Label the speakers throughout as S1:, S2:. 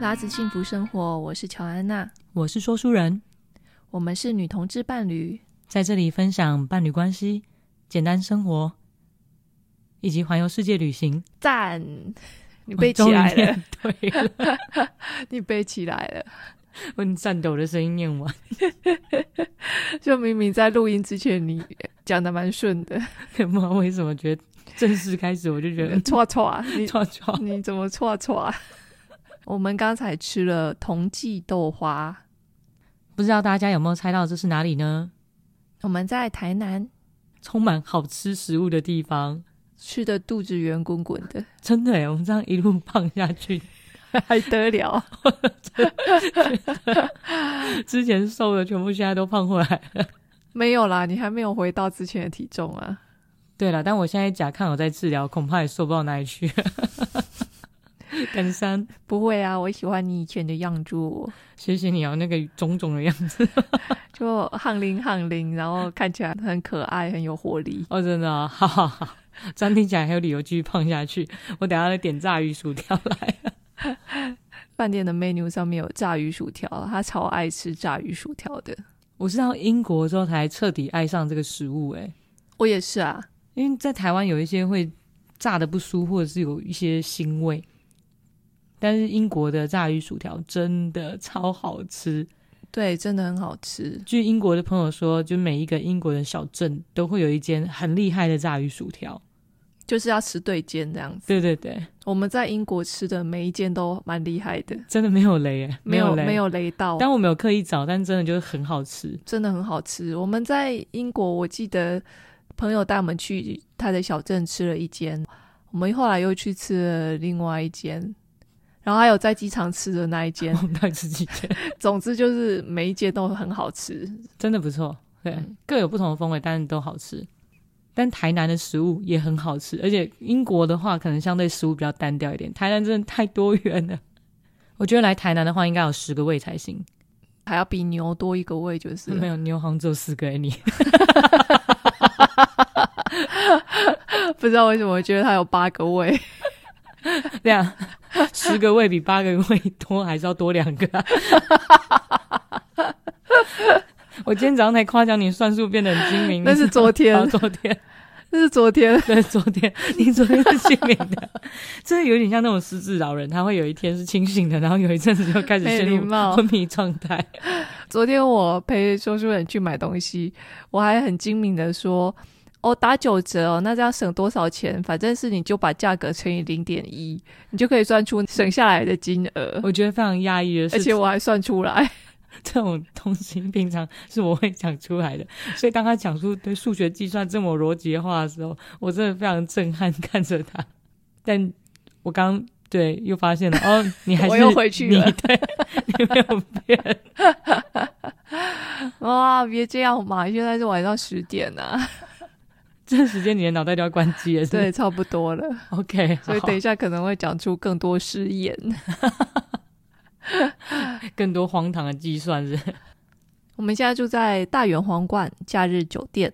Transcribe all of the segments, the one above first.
S1: 拉子幸福生活，我是乔安娜，
S2: 我是说书人，
S1: 我们是女同志伴侣，
S2: 在这里分享伴侣关系、简单生活以及环游世界旅行。
S1: 赞！ 你
S2: 你
S1: 背起来了，，
S2: 对了，
S1: 你背起来了。
S2: 我用颤抖的声音念完，
S1: 就明明在录音之前你讲的蛮顺的，
S2: 不知道为什么觉得正式开始我就觉得
S1: 错 错，你
S2: 抓抓。
S1: 你怎么错错？我们刚才吃了同济豆花，
S2: 不知道大家有没有猜到这是哪里呢？
S1: 我们在台南
S2: 充满好吃食物的地方，
S1: 吃的肚子圆滚滚的，
S2: 真的耶！我们这样一路胖下去，
S1: 还得了？
S2: 之前瘦的全部现在都胖回来。
S1: 没有啦，你还没有回到之前的体重啊。
S2: 对了，但我现在甲亢有在治疗，恐怕也瘦不到哪里去。 感三，
S1: 不会啊，我喜欢你以前的样子哦。
S2: 谢谢你哦，那个种种的样子
S1: 就汗淋汗淋，然后看起来很可爱，很有活力。
S2: 哦，真的、啊，好好好，这样听起来还有理由继续胖下去。我等下再点炸鱼薯条来。
S1: 饭店的 menu 上面有炸鱼薯条，他超爱吃炸鱼薯条的。
S2: 我是到英国之后才彻底爱上这个食物、诶，
S1: 我也是啊，
S2: 因为在台湾有一些会炸的不酥，或者是有一些腥味，但是英国的炸鱼薯条真的超好吃。
S1: 对，真的很好吃。
S2: 据英国的朋友说，就每一个英国的小镇都会有一间很厉害的炸鱼薯条。
S1: 就是要吃对煎这样子。
S2: 对对对，
S1: 我们在英国吃的每一间都蛮厉害的，
S2: 真的没有雷耶，
S1: 没
S2: 有
S1: 有
S2: 雷，
S1: 没。有雷到，
S2: 但我没有刻意找，但真的就是很好吃。
S1: 真的很好吃。我们在英国，我记得朋友带我们去他的小镇吃了一间，我们后来又去吃了另外一间，然后还有在机场吃的那一间
S2: 我。们到底吃几间？
S1: 总之就是每一间都很好吃，
S2: 真的不错，对，
S1: 嗯
S2: 各有不同的风味，但是都好吃。但台南的食物也很好吃，而且英国的话可能相对食物比较单调一点，台南真的太多元了。我觉得来台南的话，应该有十个胃才行。
S1: 还要比牛多一个胃，就是
S2: 没有，你有好像只有四个而已哎你
S1: 不知道为什么我觉得它有八个 胃，
S2: 对啊， 十个胃比八个胃多，还是要多两个啊、 我今天早上才夸奖你算术变得很精明，
S1: 那是昨天
S2: 哦，昨天。
S1: 那是昨天，
S2: 对，昨天你昨天是清醒的，这有点像那种失智老人，他会有一天是清醒的，然后有一阵子就开始
S1: 没
S2: 陷
S1: 礼
S2: 入
S1: 貌
S2: 昏迷状态。
S1: 昨天我陪说书人去买东西，我还很精明的说，哦，打九折哦，那这样省多少钱？反正是你就把价格乘以零点一，你就可以算出省下来的金额。
S2: 我觉得非常压抑的是，
S1: 而且我还算出来，
S2: 这种东西平常是我会讲出来的，所以当他讲出对数学计算这么逻辑化的时候，我真的非常震撼看着他。但我刚对又发现了，哦，你还是
S1: 我又回去了
S2: 你对，你没有 变。
S1: 哇，别这样嘛！现在是晚上十点啊，
S2: 这时间你的脑袋就要关机了，是不是
S1: 对，差不多了，
S2: ，OK，
S1: 所以
S2: 好
S1: 等一下可能会讲出更多失言。
S2: 更多荒唐的计算是。
S1: 我们现在住在大圆皇冠假日酒店，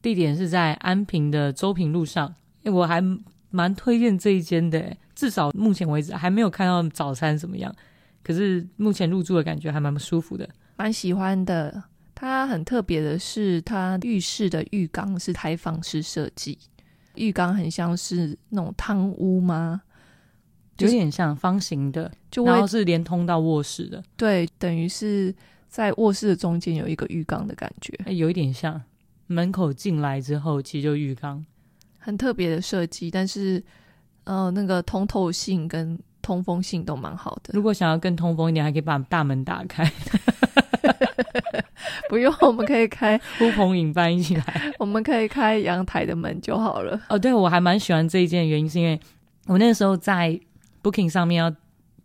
S2: 地点是在安平的周平路上，诶我还蛮推荐这一间的，至少目前为止还没有看到早餐怎么样，可是目前入住的感觉还蛮舒服的。
S1: 蛮喜欢的。它很特别的是，它浴室的浴缸是开放式设计，浴缸很像是那种汤屋吗？就是
S2: 有点像方形的，
S1: 就
S2: 然后
S1: 会
S2: 是连通到卧室的，
S1: 对，等于是在卧室的中间有一个浴缸的感觉，
S2: 诶有一点像。门口进来之后，其实就浴缸，
S1: 很特别的设计。但是，呃，那个通透性跟通风性都蛮好的。
S2: 如果想要更通风一点，还可以把大门打开，
S1: 不用，我们可以开，
S2: 呼朋引伴一起来。
S1: 我们可以开阳台的门就好了。
S2: 哦，对，我还蛮喜欢这一间的原因是因为我那时候在 Booking 上面要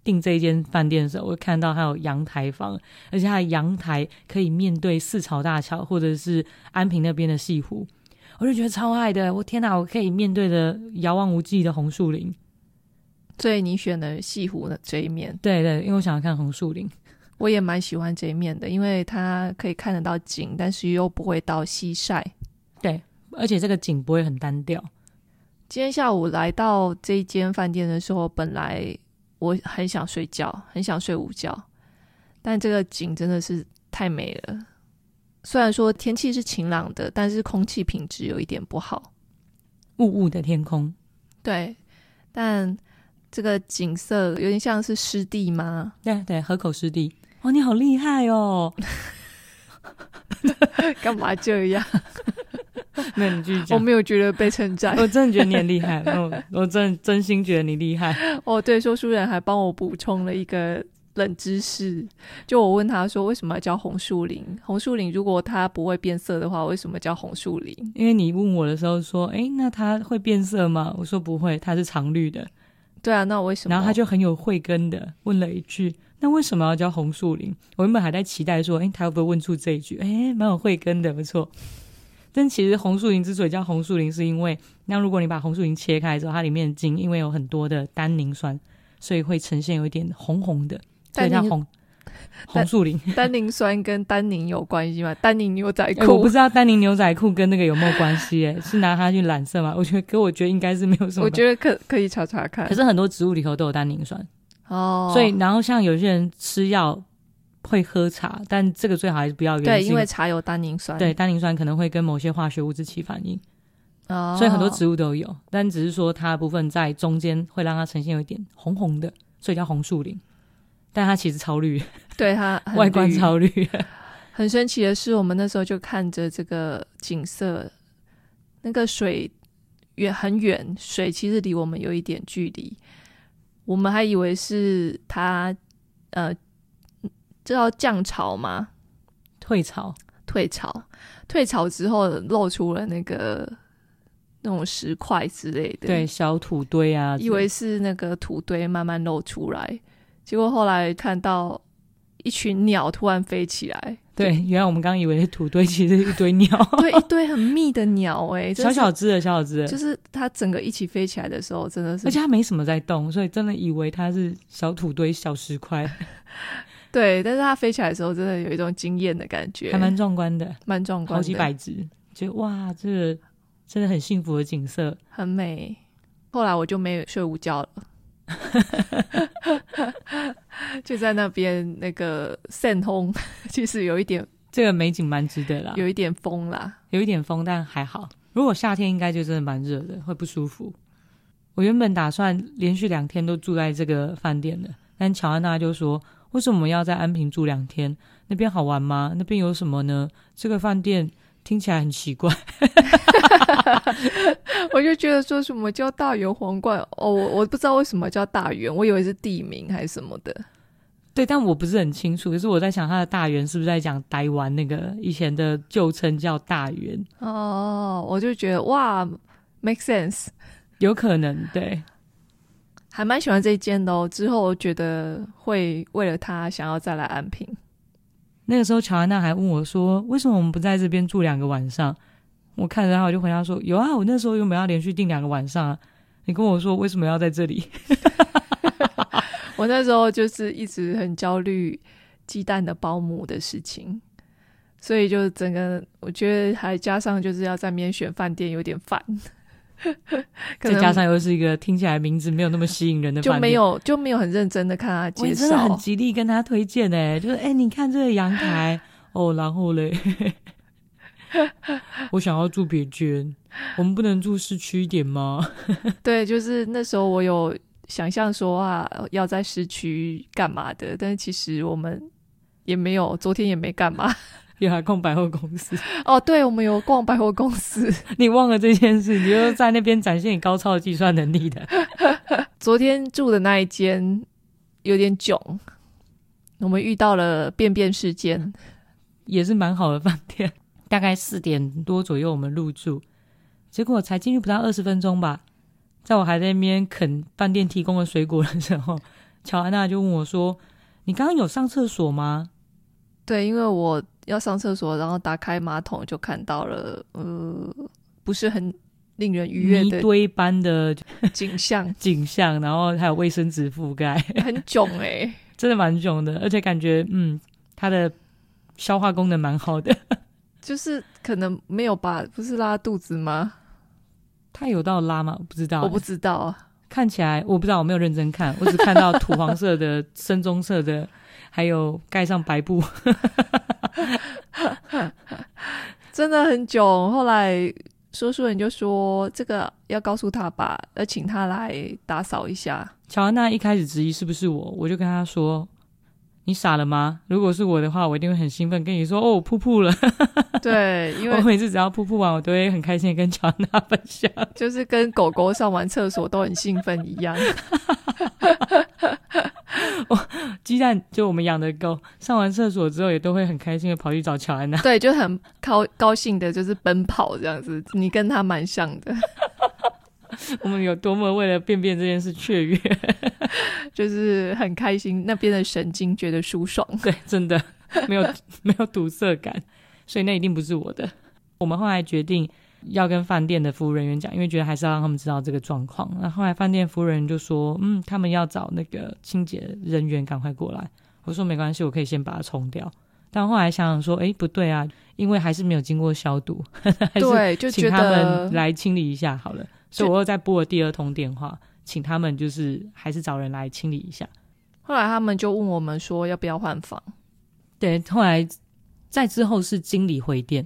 S2: 订这一间饭店的时候，我看到它有阳台房，而且它的阳台可以面对四朝大桥或者是安平那边的西湖，我就觉得超爱的。我天哪，我可以面对着遥望无际的红树林。
S1: 所以你选的西湖的这一面，
S2: 对对，因为我想要看红树林。
S1: 我也蛮喜欢这一面的，因为它可以看得到景，但是又不会到西晒。
S2: 对，而且这个景不会很单调。
S1: 今天下午来到这一间饭店的时候，本来我很想睡觉，很想睡午觉，但这个景真的是太美了。虽然说天气是晴朗的，但是空气品质有一点不好。
S2: 雾雾的天空，
S1: 对，但这个景色有点像是湿地吗？
S2: 对对，河口湿地。哇，你好厉害哦！
S1: 干嘛这 样？
S2: 那你继续
S1: 我
S2: 讲。
S1: 没有觉得被称赞。
S2: 我真的觉得你很厉害，我我真真心觉得你厉害。
S1: 哦，对，说书人还帮我补充了一个冷知识，就我问他说为什么要叫红树林？红树林如果它不会变色的话，为什么叫红树林？
S2: 因为你问我的时候说，诶，那它会变色吗？我说不会，它是常绿的。
S1: 对啊，那为什么？
S2: 然后他就很有慧根的问了一句：“那为什么要叫红树林？”我原本还在期待说：“诶，他会不会问出这一句？诶，蛮有慧根的，不错。”但其实红树林之所以叫红树林，是因为那如果你把红树林切开之后，它里面的茎因为有很多的单宁酸，所以会呈现有一点红红的，所以叫
S1: 单宁
S2: 红红树林。
S1: 丹宁酸跟丹宁有关系吗？丹宁牛仔
S2: 诶哎我
S1: 裤，
S2: 不知道丹宁牛仔裤跟那个有没有关系、诶，是拿它去染色吗？我觉得，可我觉得应该是没有什么。
S1: 我觉得可可以查查看
S2: 可。是很多植物里头都有单宁酸。
S1: 哦，
S2: 所以，然后像有些人吃药会喝茶，但这个最好还是不要原
S1: 对，
S2: 是
S1: 因为茶有单宁酸，
S2: 对单宁酸可能会跟某些化学物质起反应，
S1: 哦，
S2: 所以很多植物都有，但只是说它的部分在中间会让它呈现有一点红红的，所以叫红树林。但它其实超绿，
S1: 对它很
S2: 外观
S1: 绿
S2: 超绿。
S1: 很神奇的是，我们那时候就看着这个景色，那个水远很远，水其实离我们有一点距离，我们还以为是它呃，这叫降潮吗？
S2: 退潮，
S1: 退潮，退潮之后露出了那个那种石块之类的，
S2: 对，小土堆啊，
S1: 以为是那个土堆慢慢露出来，结果后来看到一群鸟突然飞起来，
S2: 对，原来我们刚刚以为是土堆，其实是一堆鸟，
S1: 对，一堆很密的鸟、欸，哎，
S2: 小小只的，小小只
S1: 就
S2: 的，
S1: 是它整个一起飞起来的时候，真的是
S2: 而且它没什么在动，所以真的以为它是小土堆、小石块，
S1: 对，但是它飞起来的时候，真的有一种惊艳的感觉，
S2: 还蛮壮观的。
S1: 蛮壮观
S2: 好
S1: 的，
S2: 几百只，觉得哇，这个真的很幸福的景色。
S1: 很美。后来我就没有睡午觉了， 就在那边那个扇风， 其实有一点
S2: 这个美景蛮值得啦，有
S1: 有一点风啦，
S2: 有一点风，但还好。如果夏天应该就真的蛮热的，会不舒服。我原本打算连续两天都住在这个饭店的，但乔安娜就说：“为什么我们要在安平住两天？那边好玩吗？那边有什么呢？这个饭店听起来很奇怪。
S1: 我就觉得说什么叫大圆皇冠哦，我我不知道为什么叫大圆，我以为是地名还是什么 的。”
S2: 对，但我不是很清楚。可是我在想，它的大园是不是在讲台湾那个以前的旧称叫大园？
S1: 哦，我就觉得哇，make sense，
S2: 有可能，对。
S1: 还蛮喜欢这一间的哦。之后我觉得会为了它想要再来安平。
S2: 那个时候，乔安娜还问我说：“为什么我们不在这边住两个晚上？”我看着她，我就回答说：“有啊，我那时候原本要连续订两个晚上啊。你跟我说为什么要在这 里？
S1: 我那时候就是一直很焦虑鸡蛋的保姆的事情，所以就整个我觉得还加上就是要在面选饭店有点烦，可
S2: 再
S1: 能
S2: 加上又是一个听起来名字没有那么吸引人的
S1: 就
S2: 饭店，
S1: 没有就没有很认真的看他介
S2: 我也真的很
S1: 绍。
S2: 极力跟他推荐哎、就是哎、你看这个阳台哦，然后嘞， 我想要住别间，我们不能住市区一点吗？
S1: 对，就是那时候我有想象说啊要在市区干嘛的，但是其实我们也没有，昨天也没干嘛。
S2: 有来逛百货公司，
S1: 哦，对，我们有逛百货公司。
S2: 你忘了这件事，你就在那边展现你高超的计算能力的。
S1: 昨天住的那一间有点囧，我们遇到了便便事件。
S2: 也是蛮好的饭店。 大概四点多左右我们入住，结果才进去不到二十分钟吧，在我还在那边啃饭店提供的水果的时候， 乔安娜就问我说：“你刚刚有上厕所吗
S1: 对，因为我要上厕所，然后打开马桶就看到了，呃，不是很令人？”愉悦
S2: 泥
S1: 的
S2: 堆般的，
S1: 景象
S2: 景象，然后还有卫生纸覆盖，
S1: 很囧哎、
S2: 真的蛮囧的，而且感觉嗯，它的消化功能蛮好的，
S1: 就是可能没有把，不是拉肚子吗？
S2: 它有到拉吗？我不知道，
S1: 我不知道啊，
S2: 看起来我不知道，我没有认真看，我只看到土黄色的、 深棕色的，还有盖上白布。
S1: 真的很久。后来说书人就说这个要告诉他吧，要请他来打扫一下。
S2: 乔安娜一开始质疑是不是我，我就跟她说：“你傻了吗？如果是我的话，我一定会很兴奋跟你说哦，我瀑布了。
S1: 对，因
S2: 我
S1: 为
S2: 每次只要瀑布完，我都会很开心的跟乔安娜分享。
S1: 就是跟狗狗上完厕所都很兴奋一 样。
S2: 鸡蛋就我们养的狗，上完厕所之后也都会很开心的跑去找乔安娜。
S1: 对，就很高高兴的，就是奔跑这样子。你跟他蛮像的，
S2: 我们有多么为了便便这件事雀跃？
S1: 就是很开心，那边的神经觉得舒爽。
S2: 对，真的没有没有堵塞感，所以那一定不是我的。我们后来决定要跟饭店的服务人员讲，因为觉得还是要让他们知道这个状况。那后来饭店服务人员就说，嗯，他们要找那个清洁人员赶快过来。我说没关系，我可以先把它冲掉。但后来想想说，哎，不对啊，因为还是没有经过消毒，还是
S1: 对，就
S2: 请
S1: 觉
S2: 他
S1: 得
S2: 们来清理一下好了。所以我又再拨了第二通电话，请他们就是还是找人来清理一下。
S1: 后来他们就问我们说要不要换房，
S2: 对，后来在之后是经理回电，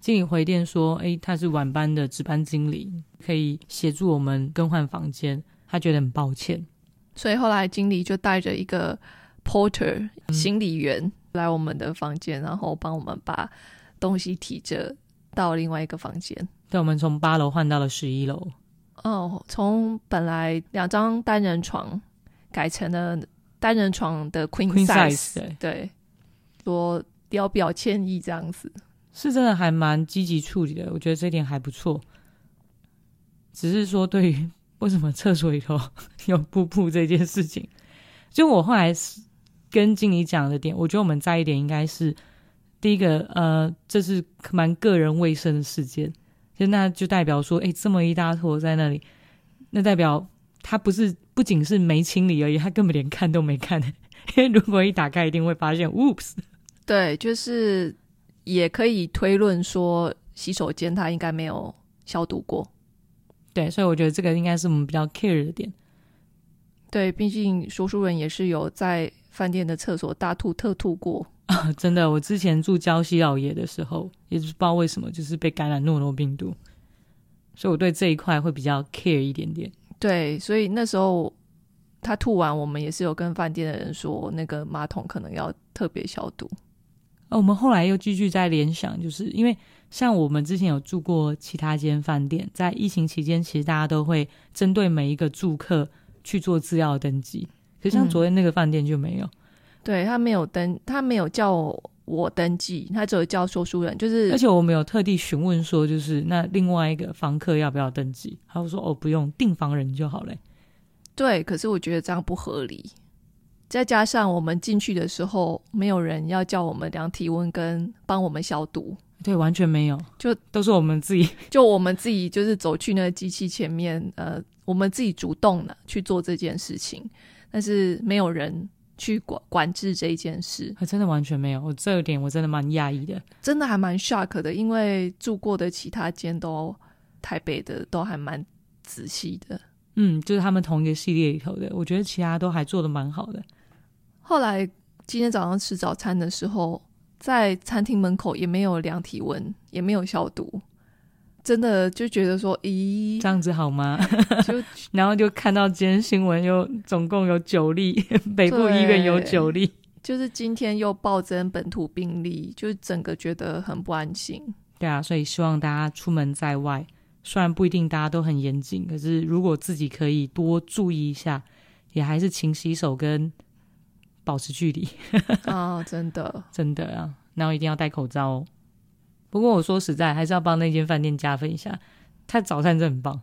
S2: 经理回电说，诶，他是晚班的值班经理，可以协助我们更换房间，他觉得很抱歉。
S1: 所以后来经理就带着一个 porter
S2: 嗯
S1: 行李员来我们的房间，然后帮我们把东西提着到另外一个房间。
S2: 对，我们从八楼换到了十一楼，
S1: 哦，从本来两张单人床改成了单人床的 queen
S2: Queen
S1: size，
S2: size，对
S1: 对，说要表歉意这样子。
S2: 是真的还蛮积极处理的，我觉得这一点还不错。只是说，对于 为什么厕所里头 有瀑布这件事情，就我后来是跟经理讲的点，我觉得我们在意点应该是第一个，呃，这是蛮个人卫生的事件，就那就代表说，哎，这么一大坨在那里，那代表他不是不仅是没清理而已，他根本连看都没看， 因为如果一打开，一定会发现，oops，
S1: 对，就是也可以推论说洗手间它应该没有消毒过。
S2: 对，所以我觉得这个应该是我们比较 care 的点。
S1: 对，毕竟说书人也是有在饭店的厕所大吐特吐过。
S2: 啊，真的，我之前住礁溪老爷的时候，也是不知道为什么，就是被感染诺诺病毒，所以我对这一块会比较 care 一点点。
S1: 对，所以那时候他吐完，我们也是有跟饭店的人说，那个马桶可能要特别消毒。
S2: 啊，我们后来又继续在联想，就是因为像我们之前有住过其他间饭店，在疫情期间，其实大家都会针对每一个住客去做资料登记，可是像
S1: 嗯
S2: 昨天那个饭店就没有。
S1: 对他没有登，他没有叫我登记，他只有叫说书人，就是
S2: 而且我们有特地询问说，就是那另外一个房客要不要登记，他就说哦不用，订房人就好了。
S1: 对，可是我觉得这样不合理。再加上我们进去的时候，没有人要叫我们量体温跟帮我们消毒，
S2: 对，完全没有，
S1: 就
S2: 都是我们自己
S1: 就我们自己就是走去那个机器前面，呃，我们自己主动的去做这件事情，但是没有人去管管制这一件事，
S2: 啊，真的完全没有，我这一点我真的蛮讶异的。
S1: 真的还蛮 shock 的，因为住过的其他间都台北的都还蛮仔细的，
S2: 嗯，就是他们同一个系列里头的，我觉得其他都还做的蛮好的。
S1: 后来今天早上吃早餐的时候，在餐厅门口也没有量体温，也没有消毒，真的就觉得说，咦
S2: 这，样子好吗？
S1: 就
S2: 然后就看到今天新闻有总共有九例， 北部医院有九例，
S1: 就是今天又暴增本土病例，就整个觉得很不安心。
S2: 对啊，所以希望大家出门在外，虽然不一定大家都很严谨，可是如果自己可以多注意一下，也还是勤洗手跟保持距离。
S1: 啊，真的，
S2: 真的啊，然后一定要戴口罩哦。不过我说实在，还是要帮那间饭店加分一下，他早餐真的很棒。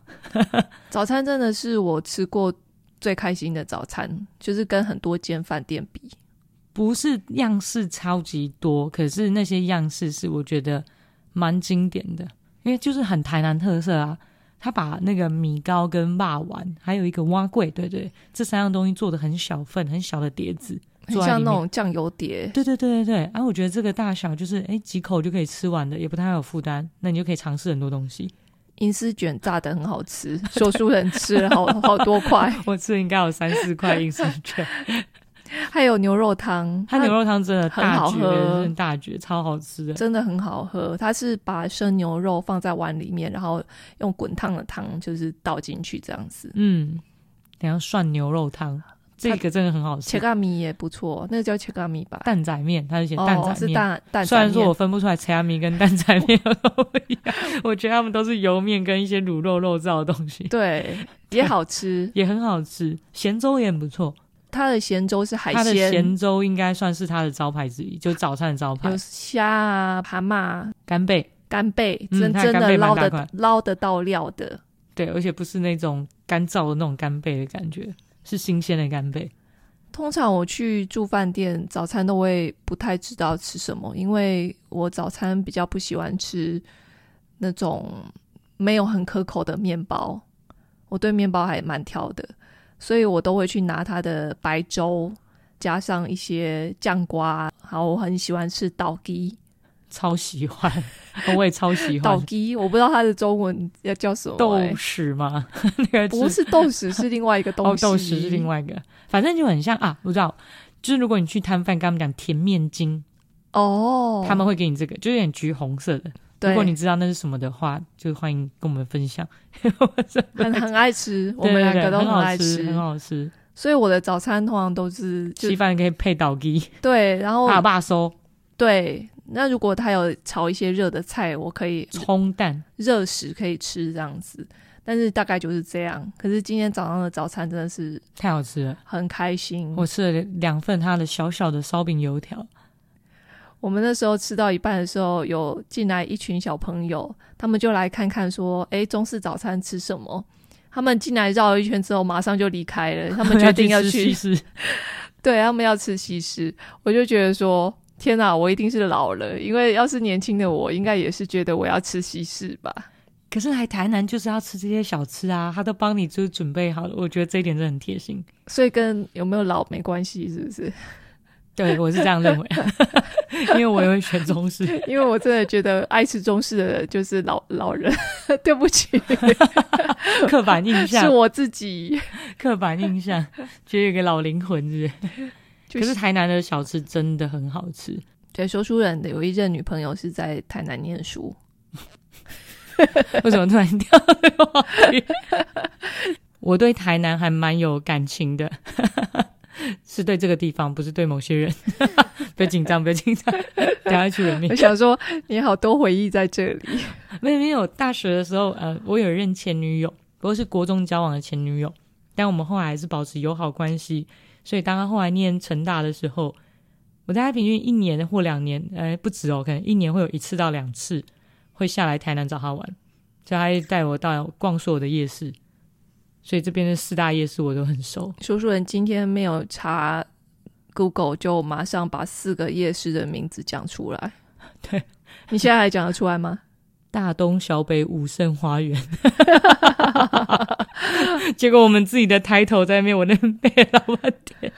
S1: 早餐真的是我吃过最开心的早餐，就是跟很多间饭店比，
S2: 不是样式超级多，可是那些样式是我觉得蛮经典的，因为就是很台南特色啊。他把那个米糕跟辣丸，还有一个蛙桂，对对，这三样东西做的很小份、很小的碟子，
S1: 很
S2: 坐在
S1: 像
S2: 里
S1: 那
S2: 面
S1: 种酱油碟。
S2: 对对对对对。啊，我觉得这个大小就是哎几口就可以吃完的，也不太有负担，那你就可以尝试很多东西。
S1: 银丝卷炸的很好吃， 说书人吃了好好多 块，
S2: 我吃了应该有三 四块银丝卷，
S1: 还有牛肉汤，
S2: 它牛肉汤真的
S1: 很
S2: 大
S1: 好
S2: 绝，欸
S1: 喝
S2: 真的大绝，超好吃的。
S1: 真的很好喝。它是把生牛肉放在碗里面，然后用滚烫的汤就是倒进去这样子。
S2: 嗯，等一下涮牛肉汤，这个真的很好
S1: 切
S2: 吃。
S1: 咖米也不错，那个叫切咖米吧？
S2: 蛋仔面，它是写蛋
S1: 哦，
S2: 仔
S1: 是
S2: 面。
S1: 蛋蛋
S2: 虽
S1: 仔
S2: 然说我
S1: 面。
S2: 分不出来柴米跟蛋仔面有什么不一样，我觉得它们都是油面跟一些卤肉肉燥的东西，
S1: 对，也好吃。
S2: 也很好吃。咸粥也很不错，
S1: 它的咸粥是海
S2: 它的
S1: 鲜，
S2: 咸粥哎应该算是它的招牌之一，就早餐的招牌
S1: 有。虾啊、蛤蟆啊、
S2: 干贝，
S1: 干贝，
S2: 嗯
S1: 真
S2: 它
S1: 真
S2: 干
S1: 的
S2: 贝蛮
S1: 捞
S2: 大
S1: 得
S2: 块
S1: 捞得到料的。
S2: 对，而且不是那种干燥的那种干贝的感觉，是新鲜的干贝。
S1: 通常我去住饭店，早餐都会不太知道吃什么，因为我早餐比较不喜欢吃那种没有很可口的面包，我对面包还蛮挑的，所以我都会去拿它的白粥，加上一些酱瓜，还有我很喜欢吃倒鸡，
S2: 超喜欢， 我也超喜
S1: 倒
S2: 欢。
S1: 鸡我不知道它的中文要叫什么、
S2: 豆
S1: 欸
S2: 豉吗？ 那个
S1: 不是豆豉，是另外一个东
S2: 哦，
S1: 西。
S2: 豆豉是另外一个，反正就很像啊。我知道，就是如果你去摊贩跟他们讲甜面筋，
S1: 哦，
S2: 他们会给你这个，就有点橘红色的。如
S1: 对
S2: 果你知道那是什么的话，就欢迎跟我们 分享。我真的
S1: 很很爱吃，我
S2: 对
S1: 们
S2: 对
S1: 两
S2: 对
S1: 个都
S2: 很好
S1: 爱
S2: 吃，很好吃。
S1: 所以我的早餐通常都是就哦
S2: 稀饭可以配倒鸡，
S1: 对，然后
S2: 阿爸收
S1: 对，那如果他有炒一些热的菜，我可以
S2: 葱蛋，
S1: 热食可以吃这样子，但是大概就是这样。可是今天早上的早餐真的是
S2: 太好吃了。
S1: 很开心，
S2: 我吃了两份它的小小的烧饼油条，
S1: 我们那时候吃到一半的时候，有进来一群小朋友，他们就来看看说，诶，中式早餐吃什么？他们进来绕了一圈之后，马上就离开了。他们决 定要去，
S2: 吃西式
S1: 对他们要吃西施，我就觉得说，天哪，我一定是老了，因为要是年轻的我，应该也是觉得我要吃西施吧。
S2: 可是来台南就是要吃这些小吃啊，他都帮你就是准备好了，我觉得这一点真的很贴心。
S1: 所以跟有没有老没关系，是不是？
S2: 对，我是这样认为，因为我也会选中式。
S1: 因为我真的觉得爱吃中式的就是老老人， 对不起，
S2: 刻板印
S1: 是
S2: 象，
S1: 我自己。
S2: 刻板印象，觉得有个老灵魂是不是
S1: 就
S2: 可是台南的小吃真的很好吃，
S1: 对说书人的有一任女朋友是在台南念书，
S2: 为什么突然掉这个话 题？我对台南还蛮有感情的， 是对这个地方，不是对某些人。 不要紧张，不要紧张，等下去人 面
S1: 我。想说你好多回忆在这里。
S2: 没有没有，大学的时候，呃，我有任前女友，不过是国中交往的前女友，但我们后来还是保持友好关系。所以当她后来念成大的时候，我大概平均一年或两年，呃，不止哦，可能一年会有一次到两次会下来台南找她玩，所以她会带我到逛所有的夜市。所以这边的四大夜市我都很熟，
S1: 说书人今天没有查 Google，就马上把四个夜市的名字讲出来。
S2: 对
S1: 你现在还讲得出来吗？
S2: 大东、小北、武圣花园。 结果我们自己的抬头在那边，我那边背了老半天。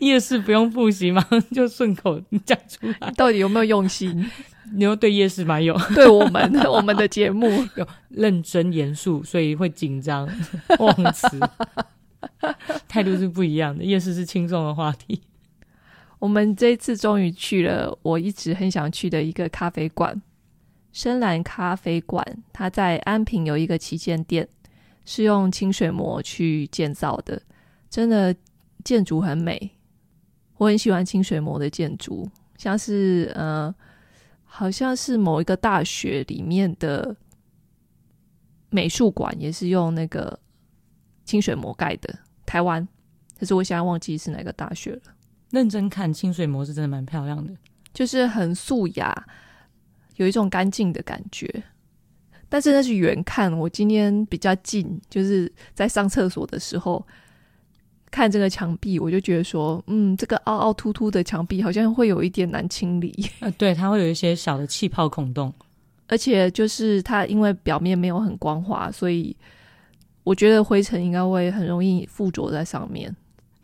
S2: 夜市不用复习，马上就顺口讲出来。
S1: 到底有没有用心
S2: 你又对夜市蛮有
S1: 对我们我们的节目？
S2: 认真严肃，所以会紧张 忘词，态度是不一样的。夜市是轻松的话题，
S1: 我们这次终于去了我一直很想去的一个咖啡馆——深蓝咖啡馆。它在安平有一个旗舰店，是用清水模去建造的，真的建筑很美。我很喜欢清水模的建筑，像是呃，好像是某一个大学里面的美术馆，也是用那个清水模盖的。台湾，可是我现在忘记是哪个大学了。
S2: 认真看清水模是真的蛮漂亮的。
S1: 就是很素雅，有一种干净的感觉。但是那是远看，我今天比较近，就是在上厕所的时候看这个墙壁，我就觉得说，嗯，这个凹凹凸凸的墙壁好像会有一点难清理，
S2: 呃，对，它会有一些小的气泡孔洞。
S1: 而且就是它因为表面没有很光滑，所以我觉得灰尘应该会很容易附着在上面。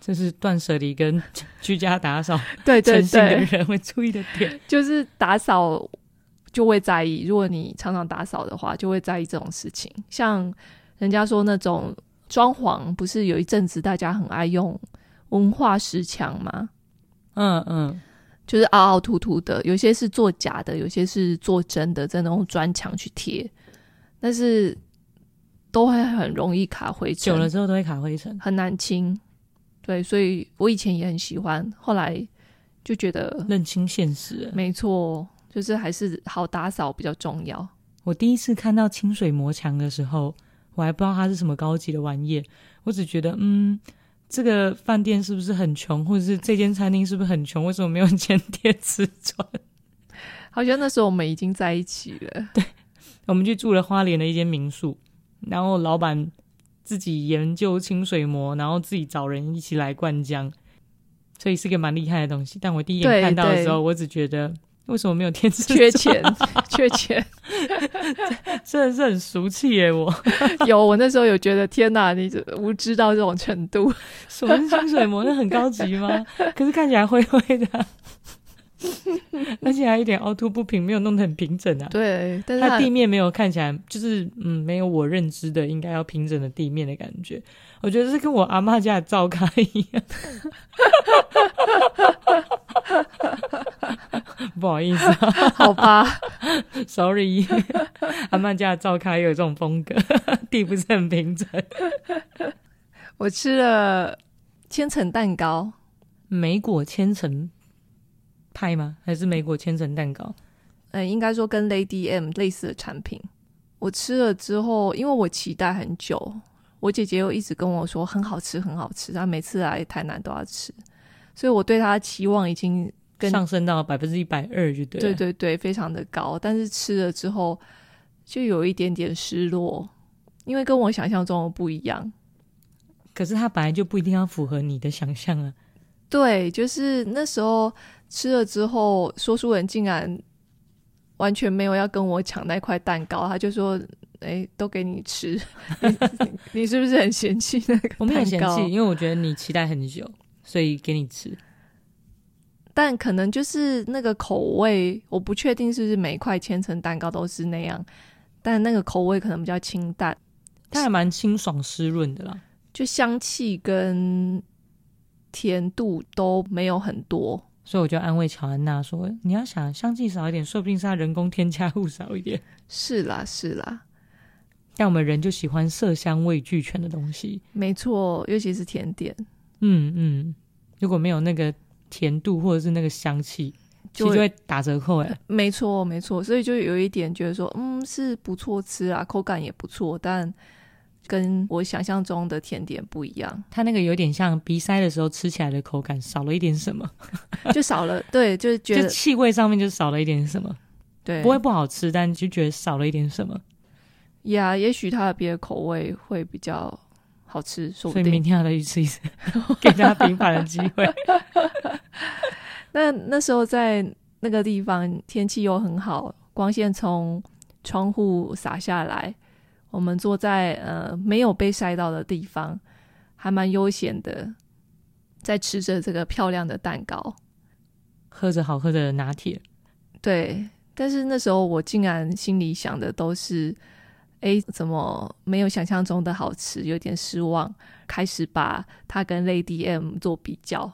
S2: 这是断舍离跟 居家打扫
S1: 对对
S2: 诚信的
S1: 对，
S2: 人会注意的点。
S1: 就是打扫就会在意。如果你常常打扫的话，就会在意这种事情。像人家说那种装潢，不是有一阵子大家很爱用文化石墙吗？
S2: 嗯嗯，
S1: 就是凹凹凸凸的，有些是做假的，有些是做真的，真的用砖墙去贴，但是都会很容易卡灰尘，
S2: 久了之后都会卡灰尘，
S1: 很难清。对，所以我以前也很喜欢，后来就觉得
S2: 认清现实了。
S1: 没错，就是还是好打扫比较重要。
S2: 我第一次看到清水磨墙的时候，我还不知道它是什么高级的玩意，我只觉得嗯。这个饭店是不是很穷，或者是这间餐厅是不是很穷？为什么没有钱贴瓷砖？
S1: 好像那时候我们已经在一起了，
S2: 我们去住了花莲的一间民宿，然后老板自己研究清水模，然后自己找人一起来灌浆，所以是个蛮厉害的东西。但我第一眼
S1: 对
S2: 看到的时候，
S1: 对
S2: 我只觉得为什么没有贴瓷
S1: 缺
S2: 砖
S1: 钱， 缺钱。
S2: 真的是很俗气耶！我
S1: 有，我那时候有觉得天哪，你这无知到这种程度。
S2: 什么是清水模？那很高级 吗？可是看起来灰灰的啊，而且还有一点凹凸不平，没有弄得很平整啊。
S1: 对，但是
S2: 它
S1: 它
S2: 地面没有看起来，就是嗯，没有我认知的应该要平整的地面的感觉。我觉得是跟我阿嬷家的灶咖一样。 不好意思、啊、
S1: 好吧，
S2: ，sorry，阿嬷家的灶咖也有这种风格， 地不是很平整。
S1: 我吃了千层蛋糕，
S2: 莓果千层派吗？还是莓果千层蛋糕？
S1: 呃，应该说跟 Lady M 类似的产品。我吃了之后，因为我期待很久，我姐姐又一直跟我说很好吃，很好吃，她每次来台南都要吃，所以我对她的期望已经跟
S2: 上升到百分之一百二就对了。啊
S1: 对对对，非常的高。但是吃了之后，就有一点点失落，因为跟我想象中的不一样。
S2: 可是它本来就不一定要符合你的想象 啊。
S1: 对，就是那时候吃了之后，说书人竟然完全没有要跟我抢那块蛋糕，他就说：“哎，都给你吃， 你 你是不是很嫌弃那个蛋糕？”
S2: 我没有嫌弃，因为我觉得你期待很久，所以给你吃。
S1: 但可能就是那个口味，我不确定是不是每一块千层蛋糕都是那样，但那个口味可能比较清淡。
S2: 它还蛮清爽湿润的啦。
S1: 就香气跟甜度都没有很多。
S2: 所以我就安慰乔安娜说：“你要想香气少一点，说不定是它人工添加物少一 点。
S1: 是啦，是啦，
S2: 但我们人就喜欢色香味俱全的东西。
S1: 没错，尤其是甜点，
S2: 嗯嗯，如果没有那个甜度或者是那个香气，其
S1: 就
S2: 实
S1: 会
S2: 就会打折扣 哎、
S1: 没错，没错。所以就有一点觉得说，嗯，是不错吃啊，口感也不错，但跟我想象中的甜点不一 样，
S2: 它那个有点像鼻塞的时候吃起来的口感少了一点什么，
S1: 就少了。对，就是觉
S2: 就
S1: 得
S2: 气味上面就少了一点什么，
S1: 对，
S2: 不会不好吃，但就觉得少了一点什么。
S1: 呀也许它的别的口味会比较好吃，说
S2: 所
S1: 不
S2: 以明
S1: 定。
S2: 天要再去吃一次， 给大家平反的机 会。
S1: 那那时候在那个地方天气又很好，光线从窗户洒下来，我们坐在呃没有被晒到的地方，还蛮悠闲的，在吃着这个漂亮的蛋糕。
S2: 喝着好喝的 拿铁，
S1: 对，但是那时候我竟然心里想的都是，哎，怎么没有想象中的好吃，有点失望。开始把它跟 Lady M 做比较，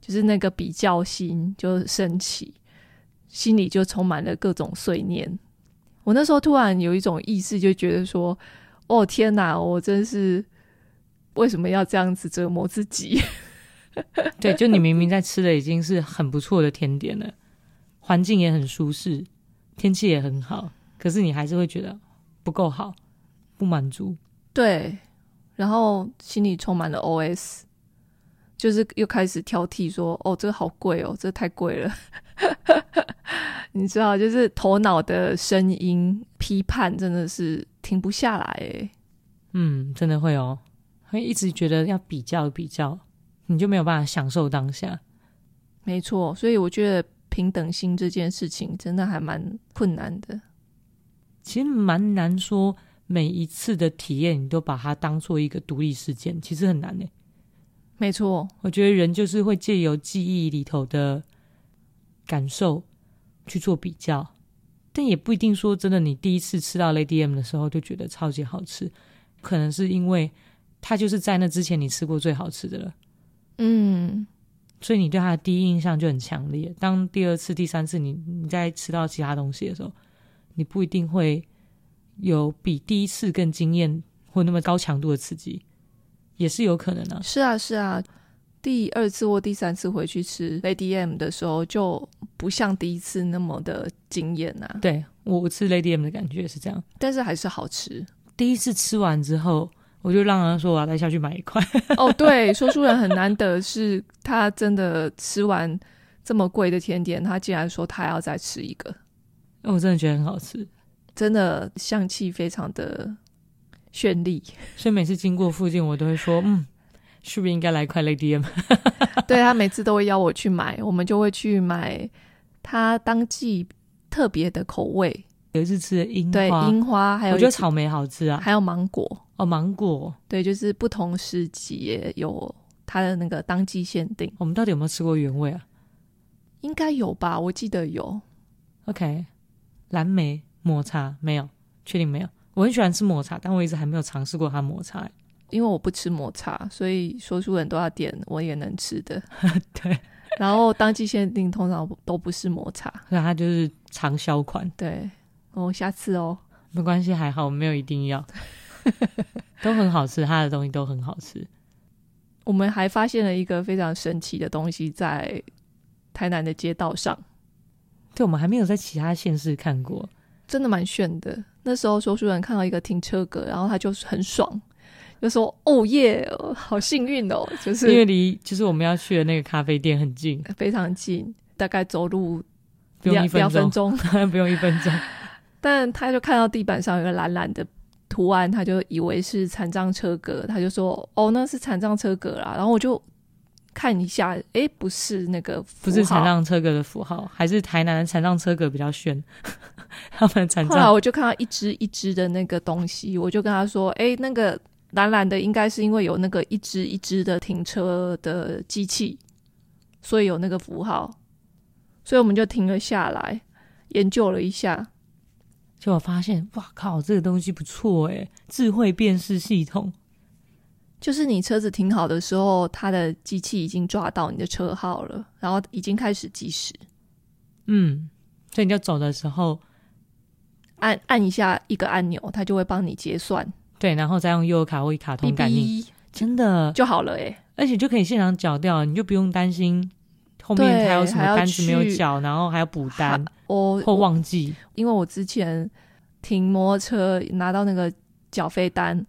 S1: 就是那个比较心就升起，心里就充满了各种碎念。我那时候突然有一种意识，就觉得说，哦天哪，我真是为什么要这样子折磨自己？
S2: 对，就你明明在吃的已经是很不错的甜点了，环境也很舒适，天气也很好，可是你还是会觉得不够好，不满足。
S1: 对，然后心里充满了 OS，就是又开始挑剔说：“哦，这个好贵哦，这个太贵了。” 你知道，就是头脑的声音批判真的是停不下来欸诶。
S2: 嗯，真的会哦，会一直觉得要比较比较，你就没有办法享受当下。
S1: 没错，所以我觉得平等心这件事情真的还蛮困难的。
S2: 其实蛮难说，每一次的体验你都把它当做一个独立事件，其实很难欸呢。
S1: 没错，
S2: 我觉得人就是会借由记忆里头的感受去做比较，但也不一定说真的，你第一次吃到 Lady M 的时候就觉得超级好吃，可能是因为它就是在那之前你吃过最好吃的了，
S1: 嗯，
S2: 所以你对它的第一印象就很强烈。当第二次、第三次你你再吃到其他东西的时候，你不一定会有比第一次更惊艳或那么高强度的刺激，也是有可能的、
S1: 是啊是啊。第二次或第三次回去吃 Lady M 的时候，就不像第一次那么的惊艳啊，
S2: 对我我吃 Lady M 的感觉是这样。
S1: 但是还是好吃。
S2: 第一次吃完之后，我就让他说我要再下去买一块。
S1: 哦，对，说书人很难得是他真的吃完这么贵的甜点，他竟然说他要再吃一个，
S2: 我真的觉得很好吃，
S1: 真的香气非常的绚丽。
S2: 所以每次经过附近，我都会说，嗯，是不是应该来一块 Lady M？
S1: 对他每次都会邀我去买，我们就会去买他当季特别的口味，
S2: 有一次吃的樱
S1: 对
S2: 花，
S1: 樱花，还有
S2: 我觉得
S1: 一
S2: 草莓好吃啊，
S1: 还有芒果，
S2: 哦，芒果，
S1: 对，就是不同时节有它的那个当季限定，
S2: 我们到底有没有吃过原味啊
S1: 应该有吧？我记得有，
S2: ？OK，蓝莓抹茶没有，确定没有？我很喜欢吃抹茶，但我一直还没有尝试过它抹茶、欸
S1: 因为我不吃抹茶，所以说书人都要点我也能吃的。
S2: 对，
S1: 然后当季限定通常都不是抹茶，
S2: 所以它就是畅销款，
S1: 对。哦，下次哦，
S2: 没关系，还好我没有一定要， 都很好吃，它的东西都很好吃。
S1: 我们还发现了一个非常神奇的东西在台南的街道上，
S2: 对，我们还没有在其他县市看过，
S1: 真的蛮炫的。那时候说书人看到一个停车格，然后他就很爽，就说：“哦耶，好幸运哦！”就是
S2: 因为离就是我们要去的那个咖啡店 很近，
S1: 非常近，大概走路
S2: 不用
S1: 两
S2: 一分
S1: 两分
S2: 钟，
S1: 钟。
S2: 不用一分钟。
S1: 但他就看到地板上有个蓝蓝的图案，他就以为是残障车格，他就说：“哦，那是残障车格啦。”然后我就看一下，诶，不是那个符号
S2: 不是残。障车格的符号，还是台南的残障车格比较炫， 他们的残
S1: 后来
S2: 障
S1: 我就看到一只一只的那个东西，我就跟他说：“诶，那个蓝蓝的应该是因为有那个一只一只的停车的机器，所以有那个符号。”所以我们就停了下来，研究了一下。
S2: 就我发现，哇靠，这个东西不错诶，智慧辨识系统，
S1: 就是你车子停好的时候，它的机器已经抓到你的车号了，然后已经开始计时，
S2: 嗯，所以你要走的时候，
S1: 按按一下一个按钮，它就会帮你结算，
S2: 对，然后再用悠游卡或一卡
S1: 哔
S2: 通感应，
S1: 哔
S2: 真的，
S1: 就好了欸诶、
S2: 而且就可以现场缴掉，你就不用担心后面
S1: 对
S2: 还有什么
S1: 还要
S2: 单子没有
S1: 去
S2: 缴，然后还要补单
S1: 哈我
S2: 或忘记，
S1: 因为我之前停摩托车拿到那个缴费单，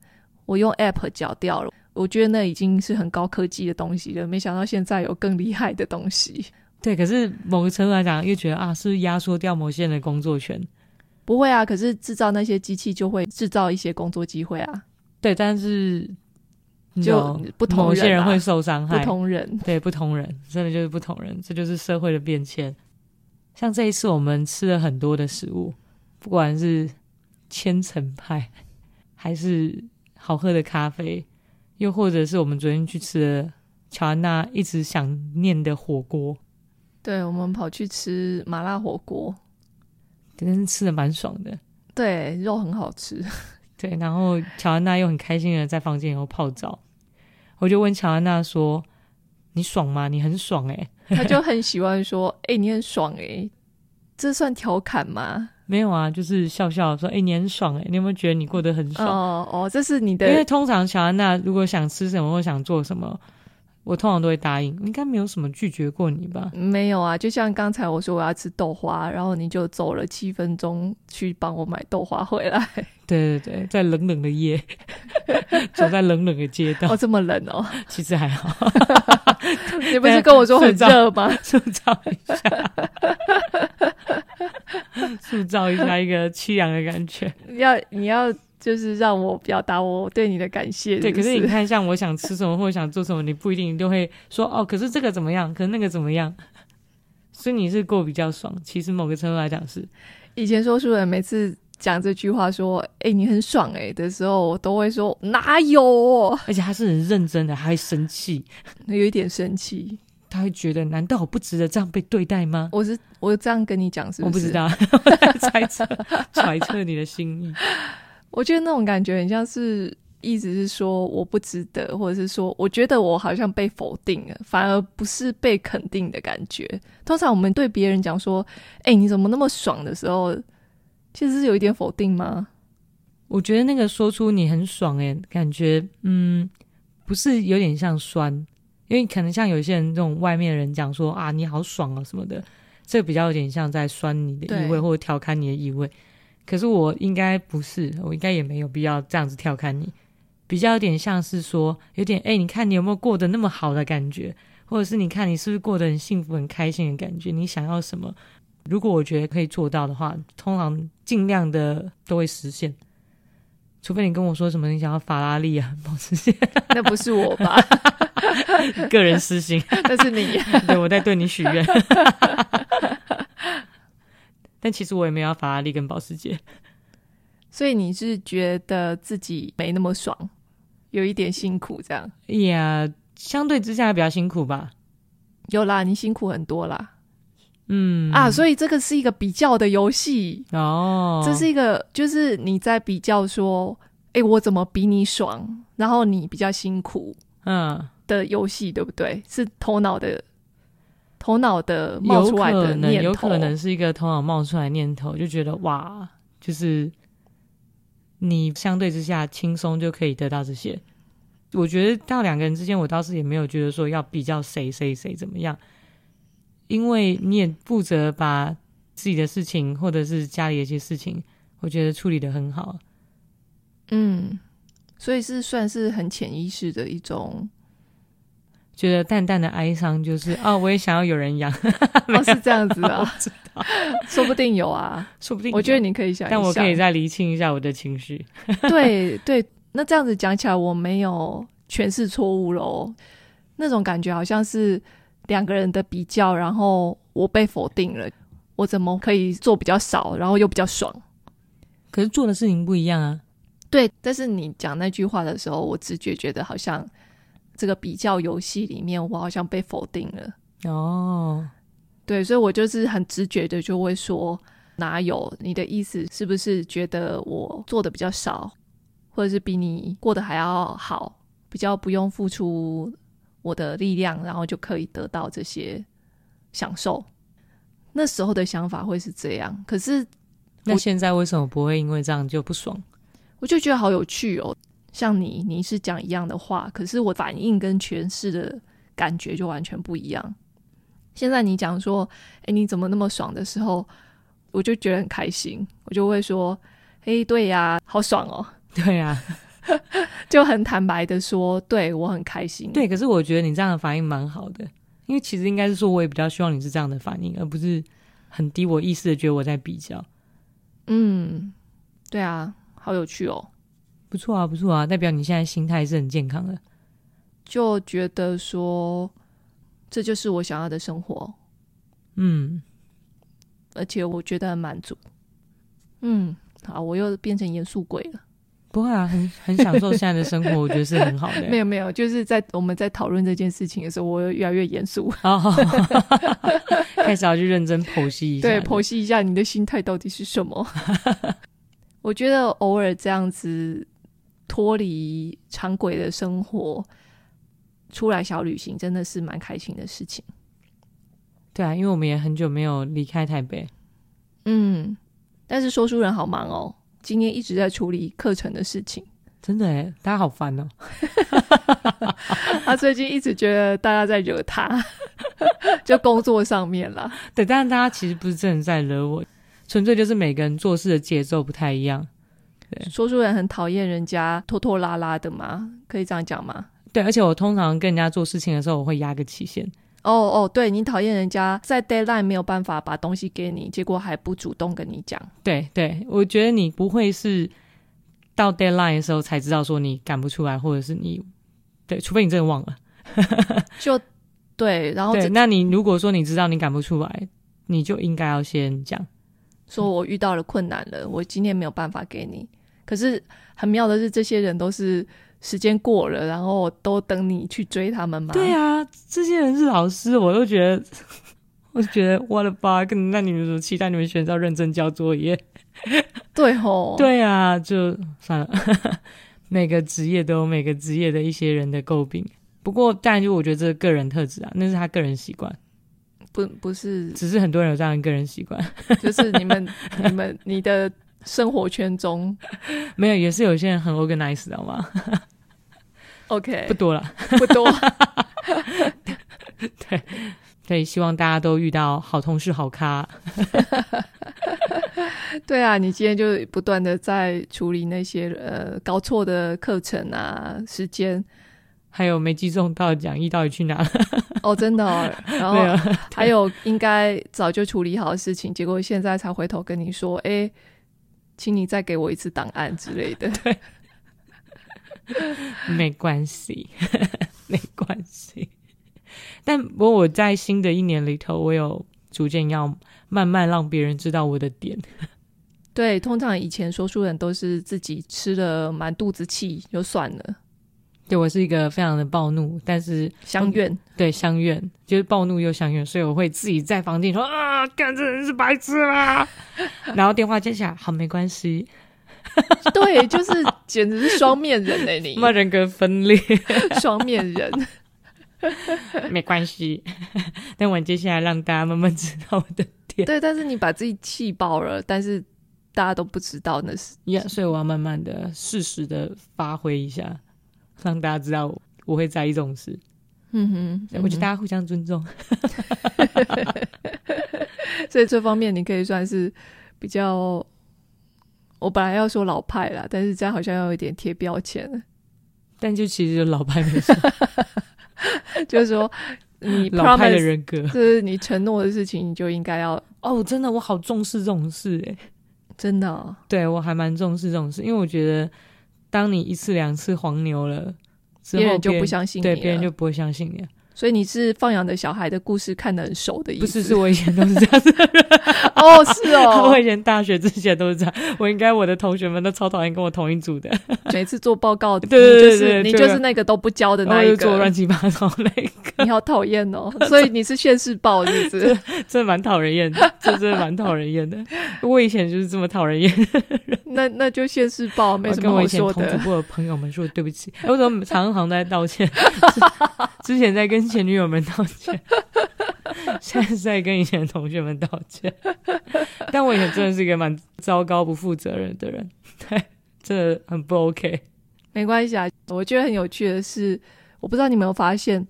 S1: 我用 App 缴掉了，我觉得那已经是很高科技的东西了，没想到现在有更厉害的东西。
S2: 对，可是某个程度来讲，又觉得啊，是不是压缩掉某些人的工作权？
S1: 不会啊，可是制造那些机器就会制造一些工作机会啊，
S2: 对，但是你知道
S1: 就不同人、啊、
S2: 嗯某些人会受伤
S1: 不
S2: 害，
S1: 同人，
S2: 对不同人，真的就是不同人，这就是社会的变迁。像这一次我们吃了很多的食物，不管是千层派， 还是好喝的咖啡，又或者是我们昨天去吃的乔安娜一直想念的火锅，
S1: 对，我们跑去吃麻辣火锅，
S2: 真是吃的蛮爽的。
S1: 对，肉很好 吃。
S2: 对，然后乔安娜又很开心的在房间里头泡澡，我就问乔安娜说：“你爽吗？你很爽欸诶、
S1: 他就很喜欢说：“哎、你很爽哎、这算调侃吗
S2: 没有啊，就是笑笑说：“诶、你很爽诶、欸你有没有觉得你过得很？”爽？
S1: 哦哦，这是你
S2: 因为
S1: 的
S2: 通常乔安娜如果想吃什么或想做什么，我通常都会答应，应该没有什么拒绝过你吧？
S1: 没有啊？就像刚才我说我要吃豆花，然后你就走了七分钟去帮我买豆花回 来。
S2: 对对对，在冷冷的夜， 走在冷冷的街道
S1: 哦，，这么冷哦，
S2: 其实还好，
S1: 你不是跟我说 啊很热吗？
S2: 塑造一下， 塑造一下一个凄凉的感觉。
S1: 要你要就是让我表达我对你的感谢。
S2: 对，可
S1: 是
S2: 是
S1: 不
S2: 你
S1: 是
S2: 看，像我想吃什么或者想做什么，你不一定就会说哦，可是这个怎么样，可是那个怎么样，所以你是过比较爽。其实某个程度来讲是，
S1: 以前说书人每次。讲这句话说：“哎、你很爽哎、的时候，我都会说哪有哦，
S2: 而且他是很认真的，还生气，
S1: 有一点生气。
S2: 他会觉得难道我不值得这样被对待吗？
S1: 我是我这样跟你讲，是
S2: 我
S1: 不
S2: 不
S1: 是
S2: 知？道， 我在猜测揣测你的心意。
S1: 我觉得那种感觉很像是一直是说我不值得，或者是说我觉得我好像被否定了，反而不是被肯定的感觉。通常我们对别人讲说：“哎、你怎么那么爽？”的时候，其实是有一点否定 吗？
S2: 我觉得那个说出你很爽诶、感觉嗯，不是有点像酸，因为可能像有些人这种外面的人讲说啊你好爽啊什么的，这比较有点像在酸你的意味
S1: 对
S2: 或者调侃你的意味。可是我应该不是，我应该也没有必要这样子调侃你，比较有点像是说有点诶、你看你有没有过得那么好的感觉，或者是你看你是不是过得很幸福很开心的感觉，你想要什么？如果我觉得可以做到的话，通常尽量的都会实现。除非你跟我说什么你想要法拉利啊、保时捷，
S1: 那不是我吧？
S2: 个人私心，
S1: 那是你。
S2: 对我在对你许愿。 但其实我也没有要法拉利跟保时捷，
S1: 所以你是觉得自己没那么爽，有一点辛苦这样？
S2: 哎呀、相对之下比较辛苦吧。
S1: 有啦，你辛苦很多啦、
S2: 嗯
S1: 啊！所以这个是一个比较的游戏，
S2: 哦，
S1: 这是一个就是你在比较说，哎、我怎么比你爽，然后你比较辛苦
S2: 嗯，
S1: 的游戏，对不对？是头脑的头脑的冒
S2: 有
S1: 出来
S2: 可
S1: 的
S2: 能
S1: 念头，
S2: 有可能是一个头脑冒出来的念头，就觉得哇，就是你相对之下轻松就可以得到这些。我觉得到两个人之间，我倒是也没有觉得说要比较谁谁谁怎么样，因为你也负责把自己的事情或者是家里的一些事情，我觉得处理的很好。
S1: 嗯，所以是算是很潜意识的一 种，
S2: 觉得淡淡的哀伤就是啊、我也想要有人养，
S1: 哦，是这样子
S2: 我
S1: 啊，
S2: 知道，
S1: 说不定有啊，
S2: 说不定 有
S1: 我觉得，你可以想一想，
S2: 但我可以再厘清一下我的情绪。
S1: 对对，那这样子讲起来，我没有诠释错误喽。那种感觉好像是两个人的比较，然后我被否定了，我怎么可以做比较少，然后又比较爽？
S2: 可是做的事情不一样啊，
S1: 对，但是你讲那句话的时候，我直觉觉得好像这个比较游戏里面，我好像被否定了。
S2: 哦，
S1: 对，所以我就是很直觉的就会说，哪有？你的意思是不是觉得我做的比较少，或者是比你过得还要好，比较不用付出我的力量，然后就可以得到这些享受？那时候的想法会是这样，可是
S2: 那
S1: 我
S2: 现在为什么不会因为这样就不爽？
S1: 我就觉得好有趣哦。像你，你是讲一样的话，可是我反应跟诠释的感觉就完全不一样。现在你讲说，哎，你怎么那么爽的时候，我就觉得很开心，我就会说，哎，对呀，好爽哦，
S2: 对啊，
S1: 就很坦白的说，对我很开心。
S2: 对。可是我觉得你这样的反应蛮好的，因为其实应该是说，我也比较希望你是这样的反应，而不是很低我意识的觉得我在比较。
S1: 嗯，对啊，好有趣哦。
S2: 不错啊，不错啊，代表你现在心态是很健康的。
S1: 就觉得说，这就是我想要的生活，
S2: 嗯，
S1: 而且我觉得很满足。嗯，好，我又变成严肃鬼了。
S2: 不会啊，很 很享受现在的生活，我觉得是很好的、
S1: 没有没有，就是在我们在讨论这件事情的时候，我越来越严肃，
S2: 哦， 开始要去认真剖析一下。
S1: 对，剖析一下你的心态到底是什么。我觉得偶尔这样子脱离常轨的生活，出来小旅行真的是蛮开心的事情。
S2: 对啊，因为我们也很久没有离开台北。
S1: 嗯，但是说书人好忙哦，今天一直在处理课程的事情。
S2: 真的哎，大家好烦哦！
S1: 他最近一直觉得大家在惹他， 就工作上面啦。
S2: 对，但是大家其实不是真的在惹我，纯粹就是每个人做事的节奏不太一样。
S1: 说书人很讨厌人家拖拖拉拉的嘛，可以这样讲吗？
S2: 对，而且我通常跟人家做事情的时候，我会压个期限。
S1: 哦哦，对你讨厌人家在 deadline 没有办法把东西给你，结果还不主动跟你讲。
S2: 对对，我觉得你不会是到 deadline 的时候才知道说你赶不出来，或者是你对，除非你真的忘了。
S1: 就对，然后
S2: 对，
S1: 这
S2: 那你如果说你知道你赶不出来，你就应该要先讲。
S1: 说我遇到了困难了，我今天没有办法给你。可是很妙的是，这些人都是时间过了，然后都等你去追他们吗？
S2: 对啊，这些人是老师，我都觉得， 我就觉得 what a bug！那你们怎么期待你们学生要认真交作业？
S1: 对哦吼，
S2: 对啊，就算了。 每个职业都有每个职业的一些人的诟病，不过当然就我觉得这是个人特质啊，那是他个人习惯，
S1: 不不是，
S2: 只是很多人有这样的个人习惯，
S1: 就是你们 你们你的生活圈中
S2: 没有也是有些人很 organized 的好吗？
S1: ，OK
S2: 不多了。
S1: 不多，
S2: 对，希望大家都遇到好同事、好咖。
S1: 对啊，你今天就不断的在处理那些呃搞错的课程啊时间
S2: 还有没记中到的讲义到底去哪了？
S1: 哦，真的、 哦，然
S2: 没有
S1: 后，还有应该早就处理好的事情，结果现在才回头跟你说，哎、请你再给我一次档案之类 的。
S2: 没关系， 没关系。但不过我在新的一年里头，我有逐渐要慢慢让别人知道我的点。
S1: 对，通常以前说书人都是自己吃了满肚子气就算了，
S2: 对我是一个非常的暴怒，但是
S1: 相怨。
S2: 对相怨就是暴怒又相怨，所以我会自己在房间说啊，干这人是白痴啦。然后电话接起来，好没关系，
S1: 对，就是简直是双面人哎、你
S2: 那人格分裂。
S1: 双面人。
S2: 没关系。但我接下来让大家慢慢知道我的点，
S1: 对，但是你把自己气爆了，但是大家都不知道那是。
S2: yeah, 所以我要慢慢的、适时的发挥一下，让大家知道我我会在意这种事。
S1: 嗯
S2: 我觉得大家互相尊重，
S1: 哼，所以这方面你可以算是比较。我本来要说老派啦，但是这样好像要有一点贴标签了，
S2: 但就其实就老 派没事，
S1: 就是说你
S2: 老派的
S1: promise，
S2: 人格。
S1: 就是你承诺的事情，你就应该要
S2: 哦，真的，我好重视这种事哎、
S1: 真的哦、
S2: 对我还蛮重视这种事，因为我觉得当你一次两次黄牛了之后，
S1: 别人就
S2: 别
S1: 不相信你
S2: 对
S1: 了。
S2: 别人就不会相信你了。
S1: 所以你是放养的小孩的故事看得很熟的意思？
S2: 不是，是我以前都是这样子。
S1: 哦，是哦
S2: 我，以前大学之前都是这样，我应该我的同学们都超讨厌跟我同一组的，
S1: 每次做报告，你
S2: 对对
S1: 就
S2: 对对
S1: 是你就
S2: 对
S1: 是那个都不交的
S2: 然后
S1: 那
S2: 就
S1: 一
S2: 做乱
S1: 个，
S2: 七八糟类，
S1: 你好讨厌哦。所以你是现世报是 不是？
S2: 真的蛮讨人厌的，这真的蛮讨人厌的。我以前就是这么讨人厌，
S1: 那那就现世报，没
S2: 我
S1: 什
S2: 跟
S1: 么
S2: 我以
S1: 好
S2: 前
S1: 说
S2: 同组
S1: 的。
S2: 部的朋友们说对不起，哎我怎么常常在道歉？之前在跟前女友们道歉，现在是在跟以前的同学们道歉。但我以前真的是一个蛮糟糕、不负责任的人，对，这很不 OK。
S1: 没关系啊，我觉得很有趣的是，我不知道你有没有发现，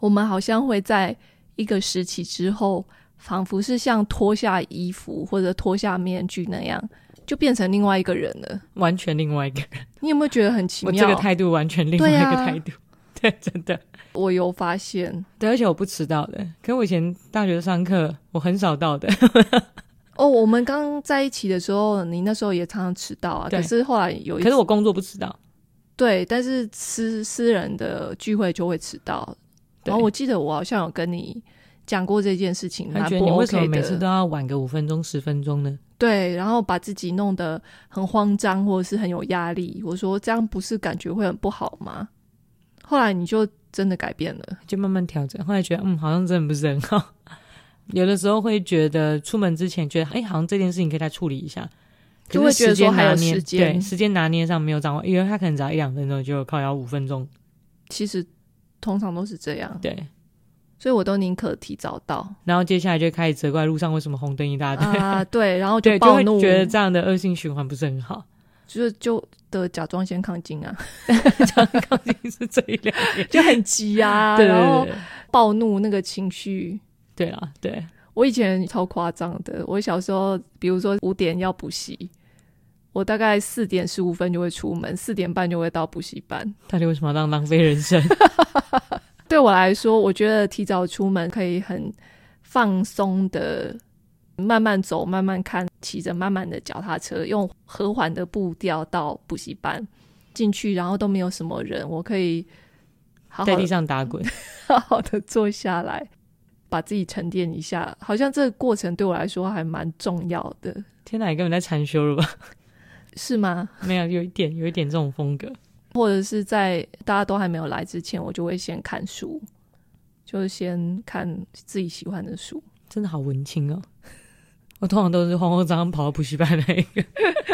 S1: 我们好像会在一个时期之后，仿佛是像脱下衣服或者脱下面具那样，就变成另外一个人了。
S2: 完全另外一个人，
S1: 你有没有觉得很奇
S2: 我
S1: 妙？
S2: 哦这个态度完全另外一
S1: 对
S2: 个
S1: 啊
S2: 态度，对，真的。
S1: 我有发现
S2: 对，而且我不迟到的。可我以前大学上课，我很少到的。
S1: 哦，我们刚在一起的时候，你那时候也常常迟到啊。
S2: 对
S1: 可是后来有一
S2: 可是我工作不迟到。
S1: 对，但是私私人的聚会就会迟到。
S2: 对
S1: 然后哦我记得我好像有跟你讲过这件事情，
S2: 他
S1: 蛮
S2: 觉得
S1: 不
S2: 你为
S1: OK
S2: 什么
S1: 的。
S2: 每次都要晚个五分钟、十分钟呢？
S1: 对，然后把自己弄得很慌张，或者是很有压力。我说这样不是感觉会很不好吗？后来你就真的改变了，
S2: 就慢慢调整。后来觉得，嗯，好像真的不是很好。 有的时候会觉得出门之前觉得，哎、好像这件事情可以再处理一下，
S1: 就
S2: 可
S1: 会
S2: 是
S1: 觉得
S2: 时间
S1: 说还有
S2: 拿捏
S1: 时间
S2: 对时间拿捏上没有掌握，因为他可能只要一两分钟，就靠要五分钟。
S1: 其实通常都是这样，
S2: 对，
S1: 所以我都宁可提早到
S2: 然后接下来就开始责怪路上为什么红灯一大堆，
S1: 啊，对，然后就
S2: 对，就
S1: 暴
S2: 会
S1: 怒，
S2: 觉得这样的恶性循环不是 很好。
S1: 就就的甲状腺亢进 啊，
S2: 刚进是这一两年，
S1: 就很急啊，
S2: 对对
S1: 然后
S2: 对
S1: 暴怒那个情绪。
S2: 对啊，对。
S1: 我以前超夸张的，我小时候，比如说五点要补习，我大概四点十五分就会出门，四点半就会到补习班。
S2: 到底为什么要浪浪费 人生？
S1: 对我来说，我觉得提早出门可以很放松的，慢慢走，慢慢看，骑着慢慢的脚踏车，用和缓的步调到补习班进去，然后都没有什么人，我可以好
S2: 在
S1: 好
S2: 地上打滚，
S1: 好好的坐下来，把自己沉淀一下。好像这个过程对我来说还蛮重要的，
S2: 天哪，你根本在禅修了吧？
S1: 是吗？
S2: 没有，有一点，有一点这种风格。
S1: 或者是在大家都还没有来之前，我就会先看书，就是先看自己喜欢的书。
S2: 真的好文青哦。 我通常都是慌慌张张跑到补习班那一个，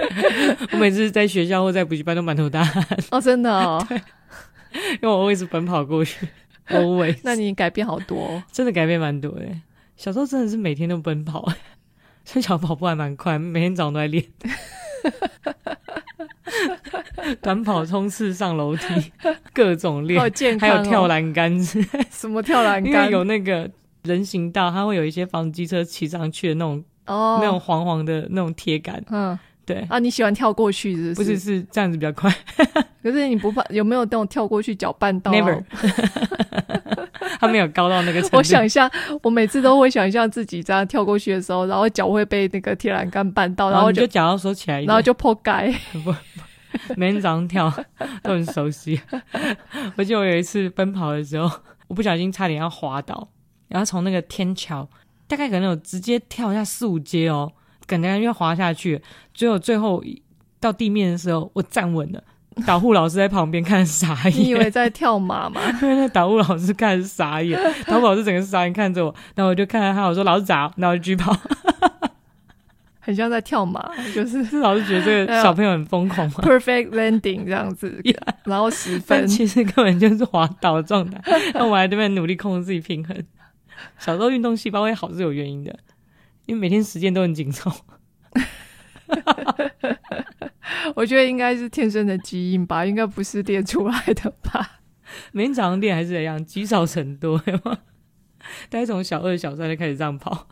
S2: 我每次在学校或在补习班都满头大 汗，
S1: 哦，真的哦，
S2: 因为我 always 奔跑过去 ，always。
S1: 那你改变好多 哦、
S2: 真的改变蛮多的。小时候真的是每天都奔跑， 所以小跑步还蛮快，每天早上都在练。 短跑、冲刺、上楼 梯，各种练，
S1: 好健
S2: 还
S1: 康、哦，
S2: 有跳栏杆，
S1: 什么跳栏
S2: 因
S1: 杆
S2: 为有那个人行道，它会有一些防机车骑上去的那种、
S1: 哦，
S2: 那种黄黄的那种铁杆，
S1: 嗯
S2: 对，
S1: 啊，你喜欢跳过去是
S2: 不是
S1: 是？
S2: 是这样子比较 快
S1: 可是你不怕有没有那种跳过去脚绊到啊、
S2: ，never，它没有高到那个程度。
S1: 我想象，我每次都会想象自己这样跳过去的时候，然后脚会被那个铁栏杆绊到，然
S2: 然后
S1: 后
S2: 你
S1: 就
S2: 就哎脚要收起来一点，
S1: 然后就破 盖。
S2: 每天早 上跳都很熟悉。我记得我有一次奔跑的时候，我不小心差点要滑倒，然后从那个天桥，大概可能有直接跳下四五阶哦，感觉要滑下去。最后最后到地面的时候，我站稳了。导护老师在旁边看傻 眼，
S1: 你以为在跳马吗？
S2: 因为那导护老师看傻眼，导护老师整个傻眼看着我，然后我就看着他，我说老师咋？然后我就举报，
S1: 很像在跳马， 就是
S2: 是老师觉得 这个小朋友很疯狂吗？
S1: perfect landing 这样子
S2: Yeah，
S1: 然后十分
S2: 但。其实根本就是滑倒的状 态。那我还在那边努力控制自己平衡。小时候运动细胞会好是有原因的，因为每天时间都很紧凑。
S1: 我觉得应该是天生的基因吧，应该不是练出来的吧。
S2: 每天早上练还是一样，积少成多，有吗？大概从小二、小三就开始这样跑，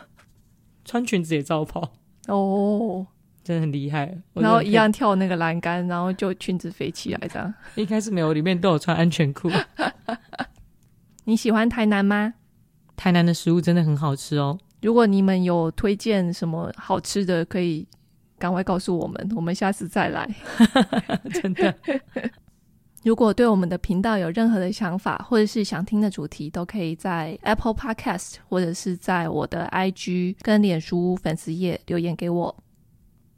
S2: 穿裙子也照跑，
S1: 哦，
S2: 真的很厉害。我真的
S1: 然后
S2: 佩
S1: 一样跳那个栏杆，然后就裙子飞起来这样。
S2: 服，应该是没有，里面都有穿安全 裤。
S1: 你喜欢台南吗？
S2: 台南的食物真的很好吃哦，
S1: 如果你们有推荐什么好吃的，可以赶快告诉我们，我们下次再来。
S2: 真的。
S1: 如果对我们的频道有任何的想法，或者是想听的主题，都可以在 Apple Podcast 或者是在我的 IG 跟脸书粉丝页留言给我。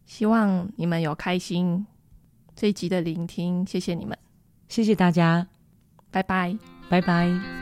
S1: 希望你们有开心这一集的聆听，谢谢你们，
S2: 谢谢大家，
S1: 拜拜。
S2: 拜拜。